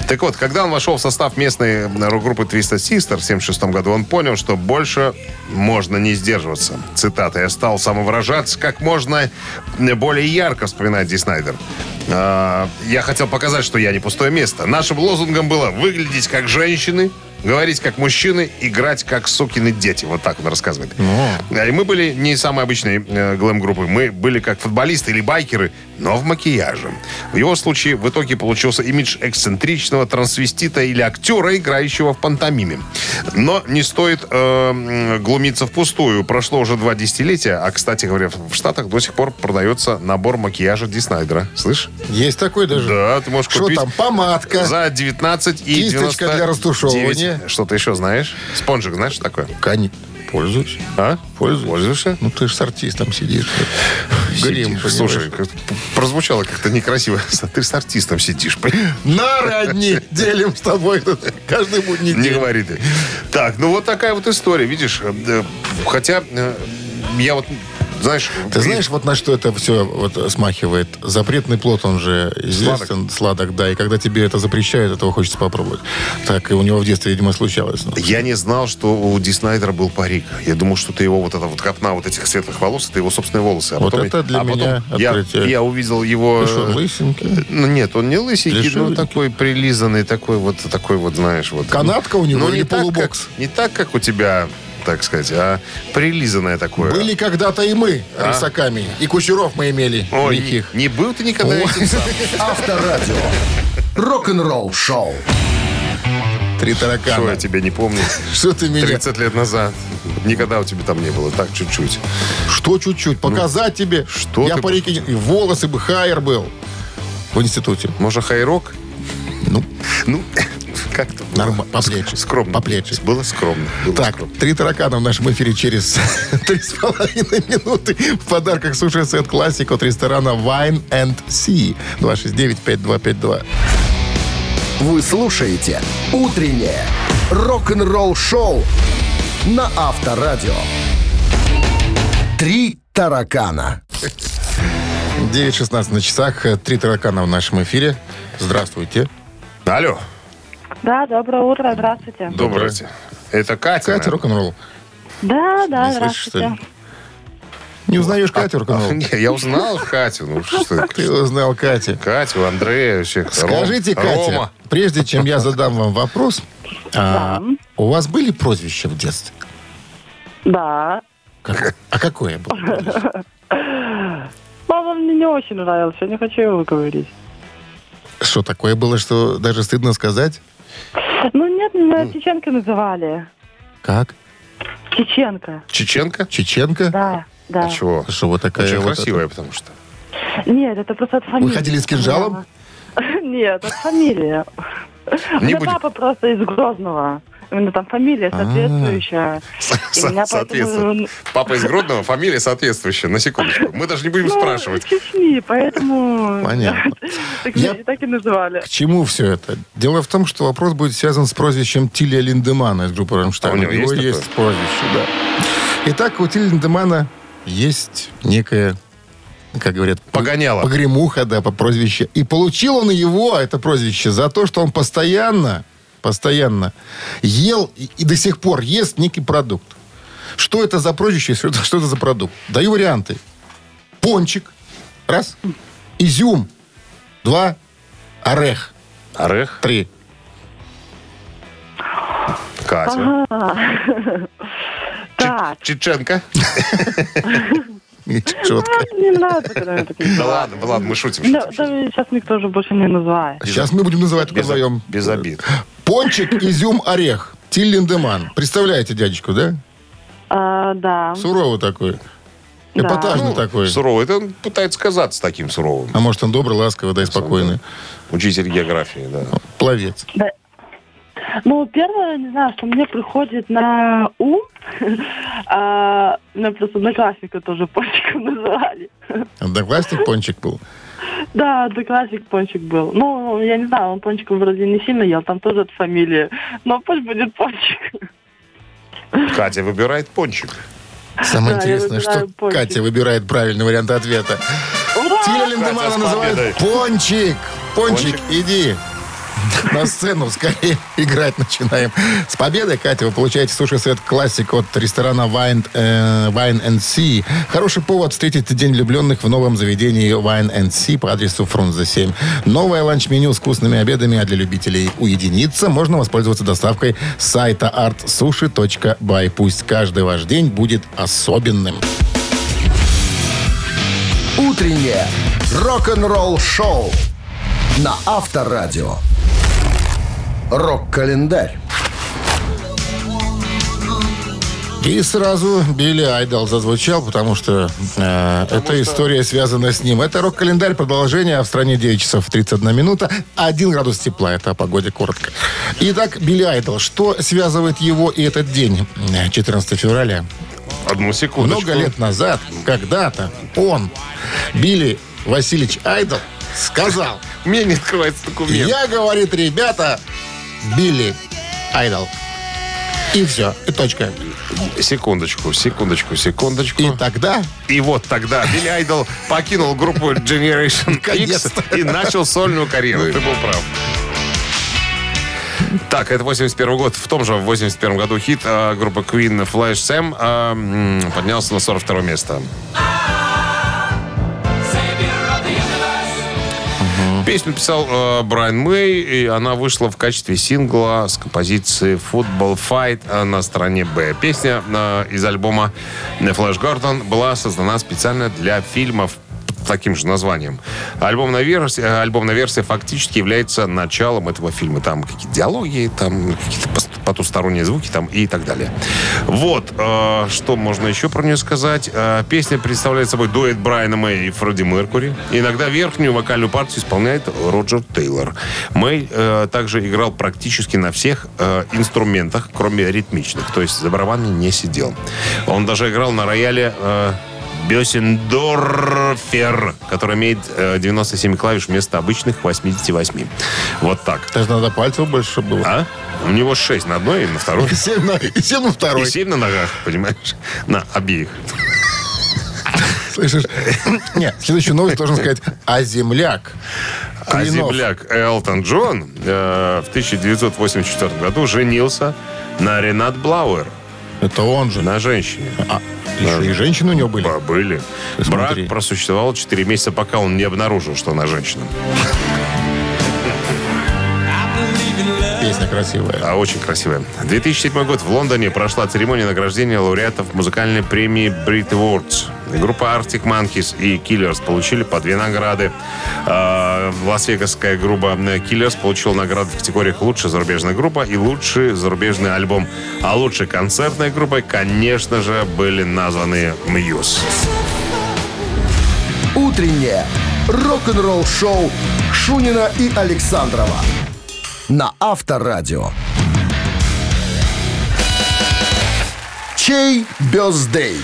Так вот, когда он вошел в состав местной э, рок-группы Twisted Sister в 76 году, он понял, что больше можно не сдерживаться. Цитата. «Я стал самовыражаться как можно более ярко», вспоминает Ди Снайдер. «А, «Я хотел показать, что я не пустое место. Нашим лозунгом было «выглядеть как женщины», Говорить как мужчины, играть как сукины дети. Вот так он рассказывает. Да, А, И мы были не самой обычной э, глэм-группой. Мы были как футболисты или байкеры, но в макияже. В его случае в итоге получился имидж эксцентричного трансвестита или актера, играющего в пантомиме. Но не стоит э, м, глумиться впустую. Прошло уже два десятилетия, а, кстати говоря, в Штатах до сих пор продается набор макияжа Диснайдера. Слышь? Есть такой даже. Да, ты можешь Что купить... там, помадка? За 19 и Кисточка для растушевывания. Что ты еще знаешь? Спонжик знаешь что такое? Кон- Пользуюсь. А? Пользуюсь. Пользуешься? Ну, ты же с артистом сидишь. Грим, Сидишь. понимаешь? Слушай, как- прозвучало как-то некрасиво. Ты с артистом сидишь. понимаешь? нары одни делим с тобой. Каждый будний Не день. говори ты. Так, ну вот такая вот история, видишь. э, э, Хотя э, я вот, знаешь... Ты знаешь, вот на что это все вот смахивает? Запретный плод, он же известен, сладок. да. И когда тебе это запрещают, этого хочется попробовать. Так и у него в детстве, видимо, случалось. Ну, Я не знал, что у Ди Снайдера был парик. Я думал, что ты его вот эта вот копна вот этих светлых волос, это его собственные волосы. А Вот потом- это для а потом меня я, открытие. я увидел его... Ты что, э, лысенький? Ну нет, он не лысенький, но Плешивенький. такой прилизанный, такой вот, такой вот, знаешь, вот. Канатка у него Ну, или не так, полубокс? как- не так, как у тебя, так сказать, а прилизанное такое. Были когда-то и мы рысаками. И кучеров мы имели. А? Ой, не, великих. не был ты никогда Ой. этим самым. Авторадио. Рок-н-ролл-шоу. Три Что я таракана. тебя не помню. Что ты меня... 30 лет назад. Никогда у тебя там не было. Так, чуть-чуть. Что чуть-чуть? Показать тебе? Ну, что Я ты парики... не- И волосы бы, хайер был. В институте. Может, хайрок? Ну, Ну, как-то было. Нормально, по плечи. Скромно. По плечи. Было скромно. было Так, скромно. три таракана в нашем эфире через три с половиной минуты. В подарках суши-сет классик от ресторана Wine and Sea. 269-5252. Вы слушаете «Утреннее рок-н-ролл-шоу» на Авторадио. «Три таракана». 9.16 на часах. Три таракана в нашем эфире. Здравствуйте. Алло. Да, доброе утро, здравствуйте. Доброе. Это Катя. Катя рок-н-ролл. Да, да, Не слышишь, что ли? здравствуйте. Не узнаешь Катю А, рок-н-ролл? не, я узнал Катю. Ну, что ты, Ты узнал Катя. Катю, Андрея, вообще. Скажите, Ром- Катя, Рома. прежде чем я задам вам вопрос, а, у вас были прозвища в детстве? Да. Как- А какое было? прозвище? Мама мне не очень нравился, не хочу его говорить. Что такое было, что даже стыдно сказать? Ну нет, меня Чеченка называли. Как? Чеченка, Чеченко? Чеченка? да, да. А чего? Что вот такая Очень вот красивая, потому что. Нет, это просто от фамилии. Вы ходили с кинжалом? Нет, от фамилии. У меня будет. папа просто из Грозного. У меня там А, фамилия соответствующая. И меня Со- поэтому... Соответственно. Папа из Гродного, фамилия соответствующая. На секундочку. Мы даже не будем Ну, спрашивать. Чечни, поэтому... Понятно. Так Я- меня и так и называли. К чему все это? Дело в том, что вопрос будет связан с прозвищем Тилия Линдемана из группы «Рамштайн». А у него есть такое? прозвище, да. Итак, у Тилия Линдемана есть некое, как говорят, п- Погоняло. Погремуха, да, по прозвищу. И получил он его, это прозвище, за то, что он постоянно, постоянно ел и, и до сих пор ест некий продукт. Что это за прозвище, что это, что это за продукт? Даю варианты. Пончик, раз. Изюм, два. Орех, Орех, три. Катя. Так, Чеченко. И а, Четко. не надо, когда меня так Да называют. ладно, ладно, мы шутим. Да, шутим. да меня сейчас никто уже больше не называет. Сейчас мы будем называть только Без, вдвоем. без обид. Пончик, изюм, орех. Тиль Линдеман. Представляете дядечку, да? А, да. Суровый такой. Да. Эпатажный такой. Ну, Суровый. Это он пытается казаться таким суровым. А может, он добрый, ласковый, да и спокойный. Учитель географии, да. Пловец. Ну, первое, не знаю, что мне приходит на ум, а, меня просто одноклассника тоже пончиком называли. Одноклассник пончик был. Да, одноклассник пончик был. Ну, я не знаю, он пончиком вроде не сильно ел, там тоже от фамилии. Но пусть будет пончик. Катя выбирает пончик. Самое Да, я интересное, что выбираю пончик. Катя выбирает правильный вариант ответа. Тиля Катя, Линдемана с называют пончик. Пончик, Пончик? иди. На сцену скорее играть начинаем. С победой, Катя, вы получаете суши-сет классик от ресторана Wine, э, Wine and Sea. Хороший повод встретить День влюбленных в новом заведении Wine and Sea по адресу Фрунзе 7. Новое ланч-меню с вкусными обедами, а для любителей уединиться можно воспользоваться доставкой с сайта artsushi.by. Пусть каждый ваш день будет особенным. «Утреннее рок-н-ролл-шоу» на Авторадио. Рок-календарь. И сразу Билли Айдол зазвучал, потому что э, эта история связана с ним. Это рок-календарь, продолжение, а в стране 9 часов 31 минута, 1 градус тепла, это о погоде коротко. Итак, Билли Айдол, что связывает его и этот день, э, 14 февраля? Одну секундочку. Много лет назад, когда-то, он, Билли Васильевич Айдол, сказал, У меня не открывается документ. я, говорит, ребята, Билли Айдол. И все, и точка. Секундочку, секундочку, секундочку. И тогда И вот тогда Билли Айдол покинул группу Generation X Наконец-то. и начал сольную карьеру. Ну, Ты был прав. Так, это 81 год. В том же 81 году хит э, группы Queen Flash Sam э, м, поднялся на 42 место. Песню писал э, Брайан Мэй, и она вышла в качестве сингла с композиции «Футбол Fight на стороне «Б». Песня э, из альбома «Флэш Гордон» была создана специально для фильмов с таким же названием. Альбомная версия, э, альбомная версия фактически является началом этого фильма. Там какие-то диалоги, там какие-то пос- потусторонние звуки там и так далее. Вот, э, что можно еще про нее сказать. Э, песня представляет собой дуэт Брайана Мэй и Фредди Меркури. Иногда верхнюю вокальную партию исполняет Роджер Тейлор. Мэй э, также играл практически на всех э, инструментах, кроме ритмичных. То есть за барабанами не сидел. Он даже играл на рояле... э, Бёсендорфер, который имеет э, 97 клавиш вместо обычных 88. Вот так. Даже надо пальцев больше было. А? У него 6 на одной и на второй. И семь на, и семь на И второй. 7 на ногах, понимаешь? На обеих. Слышишь? Нет, следующую новость должен сказать. А земляк. А Клинов. земляк Элтон Джон э, в 1984 году женился на Ренат Блауэр, Это он же. на женщине. А, еще и женщины у него были. Ба- Были. Брак Смотри. просуществовал 4 месяца, пока он не обнаружил, что она женщина. Песня красивая. А очень красивая. 2007 год в Лондоне прошла церемония награждения лауреатов музыкальной премии Brit Awards. Группа Arctic Monkeys и Killers получили по две награды. А, Лас-Вегасская группа Killers получила награды в категориях «Лучшая зарубежная группа» и «Лучший зарубежный альбом». А лучшей концертной группой, конечно же, были названы Muse. Утреннее рок-н-ролл-шоу Шунина и Александрова на Авторадио. Чей бездей?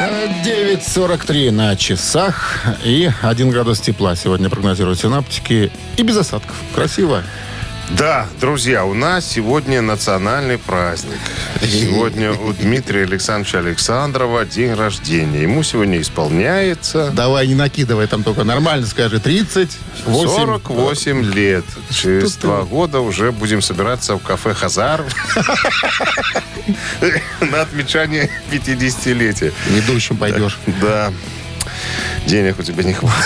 А, 9.43 на часах и 1 градус тепла сегодня прогнозируют синаптики. И без осадков. Красиво. Да, друзья, у нас сегодня национальный праздник. Сегодня у Дмитрия Александровича Александрова день рождения. Ему сегодня исполняется Давай, не накидывай там только нормально, скажи. 38. 48 лет. Через ты? два года уже будем собираться в кафе «Хазар» на отмечание 50-летия. Ведущим пойдешь. Да. Денег у тебя не хватит.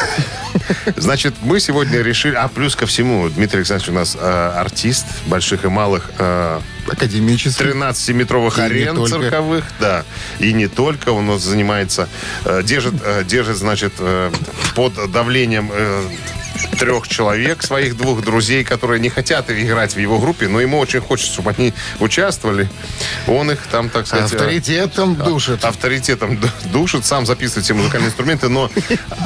Значит, мы сегодня решили... А плюс ко всему, Дмитрий Александрович у нас э, артист больших и малых э, Академический. 13-метровых И не арен только. цирковых, да. И не только он у нас занимается, э, держит, э, держит, значит, э, под давлением э, трех человек, своих двух друзей, которые не хотят играть в его группе, но ему очень хочется, чтобы они участвовали. Он их там, так сказать... э, Авторитетом душит. авторитетом ду- душит, сам записывает все музыкальные инструменты, но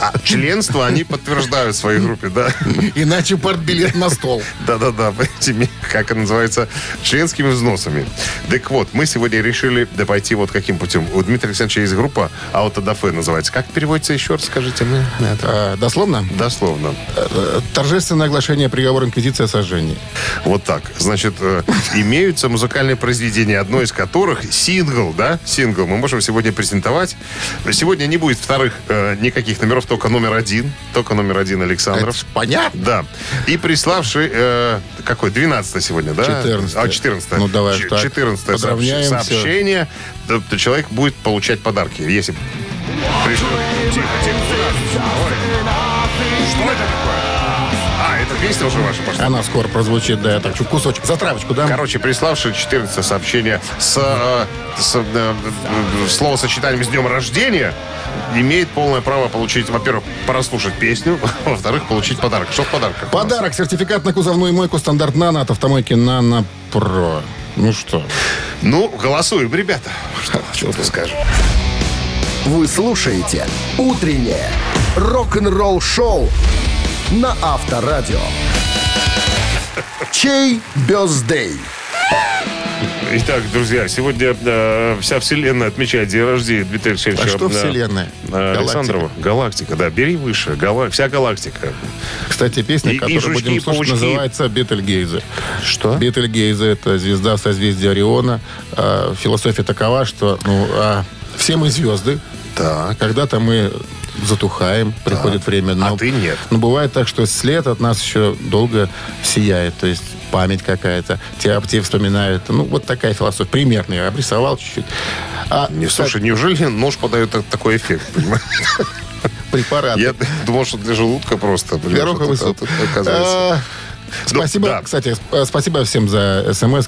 а, членство они подтверждают в своей группе, да. Иначе партбилет на стол. Да-да-да, этими, как это называется, членскими взносами. Так вот, мы сегодня решили да пойти вот каким путем. У Дмитрия Александровича есть группа «Аутодафе» называется. Как переводится еще раз, скажите мне? Э, Дословно? Дословно. Э, Торжественное оглашение приговора Инквизиции о сожжении. Вот так. Значит, э, имеются музыкальные произведения, одно из которых сингл, да? Сингл. Мы можем сегодня презентовать. Сегодня не будет вторых э, никаких номеров, только номер один. Только номер один Это Александров. ж понятно. Да. И приславший... э, какой? 12 сегодня, да? 14. А, 14. Ну, давай Ч- так. 14 сообщ- Подравняемся. сообщение. То- то Человек будет получать подарки, если... Пришло. Тихо, тихо. Ой. Что это такое? А, это песня уже ваша пошла. Она скоро прозвучит, да, я так чуть кусочек. За травочку, да? Короче, приславший 14 сообщение с, э, с, э, э, словосочетанием «С днем рождения» имеет полное право получить, во-первых, прослушать песню, во-вторых, получить подарок. Что в подарках? у нас? Подарок, сертификат на кузовную мойку стандарт «Нано» от автомойки «Нано Про». Ну что? Ну, голосуем, ребята. Что, что ты скажешь? Вы слушаете «Утреннее рок-н-ролл-шоу» на Авторадио. Чей бездей? Итак, друзья, сегодня э, вся вселенная отмечает день рождения Дмитрия Алексеевича. А что э, вселенная? э, Александрова. Галактика, да. Бери выше. Гала- Вся галактика. Кстати, песня, И- и которую жучки, и будем слушать, паучки. называется «Бетельгейзе». Что? «Бетельгейзе» — это звезда созвездия Ориона. А, Философия такова, что ну, а, все мы звезды. Так. Когда-то мы затухаем, приходит время. Но, А ты нет. Но бывает так, что след от нас еще долго сияет. То есть память какая-то. Тебя, тебя вспоминают. Ну, вот такая философия. Примерно я обрисовал чуть-чуть. А Не, слушай, неужели нож подает так- такой эффект, понимаешь? препараты. Я думал, что для желудка просто. понимаешь, Гороховый а тут- суп. а тут Оказывается. Ну, А, Спасибо, да. кстати, сп- э, спасибо всем за смс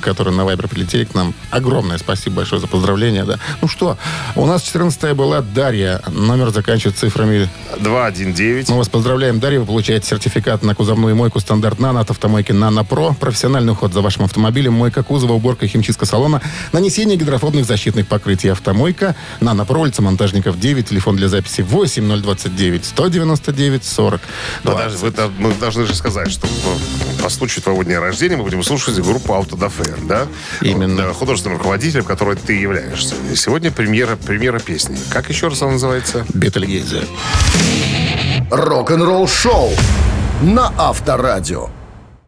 которые на Viber прилетели к нам. Огромное спасибо большое за поздравления. Да. Ну что, у нас 14 была Дарья. Номер заканчивается цифрами 219. Мы вас поздравляем, Дарья. Вы получаете сертификат на кузовную мойку «Стандарт Нано» от автомойки «Нано Про». Профессиональный уход за вашим автомобилем, мойка кузова, уборка, и химчистка салона, нанесение гидрофобных защитных покрытий автомойка. «Нано Про», улица Монтажников, 9, телефон для записи 8029 199 40. Подожди, вы, там- мы должны же сказать, что ну, по случаю твоего дня рождения мы будем слушать группу Autodafé, да? э, Именно. Художественным руководителем, которой ты являешься. И Сегодня премьера, премьера песни. Как еще раз она называется? Бетельгейзе. Рок-н-ролл шоу на Авторадио.